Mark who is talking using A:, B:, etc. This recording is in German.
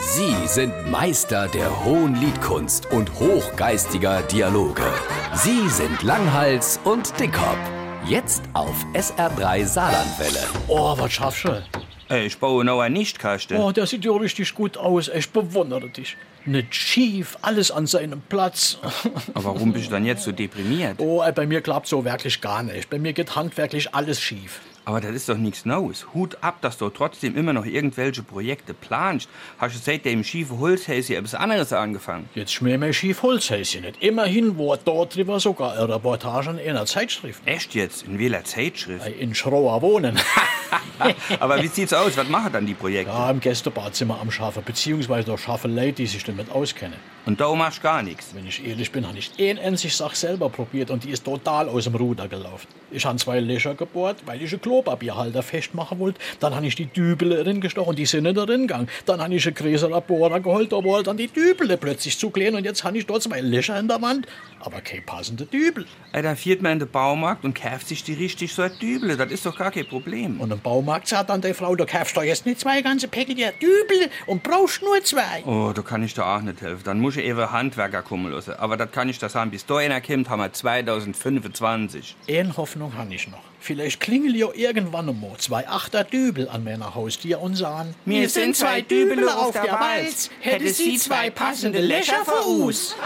A: Sie sind Meister der hohen Liedkunst und hochgeistiger Dialoge. Sie sind Langhals und Dickhop. Jetzt auf SR3 Saarlandwelle.
B: Oh, was schaffst du?
C: Ich baue noch einen Nichtkasten.
B: Oh, der sieht ja richtig gut aus. Ich bewundere dich. Nicht schief, alles an seinem Platz.
C: Aber warum bist du dann jetzt so deprimiert?
B: Oh, ey, bei mir klappt so wirklich gar nicht. Bei mir geht handwerklich alles schief.
C: Aber das ist doch nichts Neues. Hut ab, dass du trotzdem immer noch irgendwelche Projekte planst. Hast du seit dem schiefen Holzhäuschen etwas anderes angefangen?
B: Jetzt schmier mir schief Holzhäschen nicht. Immerhin war dort drüber sogar eine Reportage in einer Zeitschrift.
C: Echt jetzt? In welcher Zeitschrift?
B: Ey, In Schroer Wohnen.
C: Aber wie sieht's aus? Was machen dann die Projekte?
B: Ja, Ah, im Gästebadzimmer am Schaffen, beziehungsweise da schaffen Leute, die sich damit auskennen.
C: Und da machst du gar nichts.
B: Wenn ich ehrlich bin, habe ich eine einzige Sache selber probiert und die ist total aus dem Ruder gelaufen. Ich habe zwei Löcher gebohrt, weil ich einen Klopapierhalter festmachen wollte. Dann habe ich die Dübele reingestochen, die sind nicht reingegangen. Dann habe ich einen Gräserer Bohrer geholt, da war dann die Dübele plötzlich zu klein und jetzt habe ich dort zwei Löcher in der Wand, aber kein passende Dübel.
C: Ey, dann fährt man in den Baumarkt und kauft sich die richtig so eine Dübel. Das ist doch gar kein Problem.
B: Und im Baumarkt sagt dann die Frau, du kaufst doch jetzt nicht zwei ganze Päckchen der Dübel und brauchst nur zwei.
C: Oh, da kann ich dir auch nicht helfen. Dann muss ich eben Handwerker kommen lassen. Aber das kann ich das haben. Bis da einer kommt, haben wir 2025.
B: Eine Hoffnung habe ich noch. Vielleicht klingel ja irgendwann einmal zwei Achter Dübel an meiner Haustür und sagen,
C: Wir sind zwei Dübele auf der Walz. Hätte sie zwei passende Löcher für uns."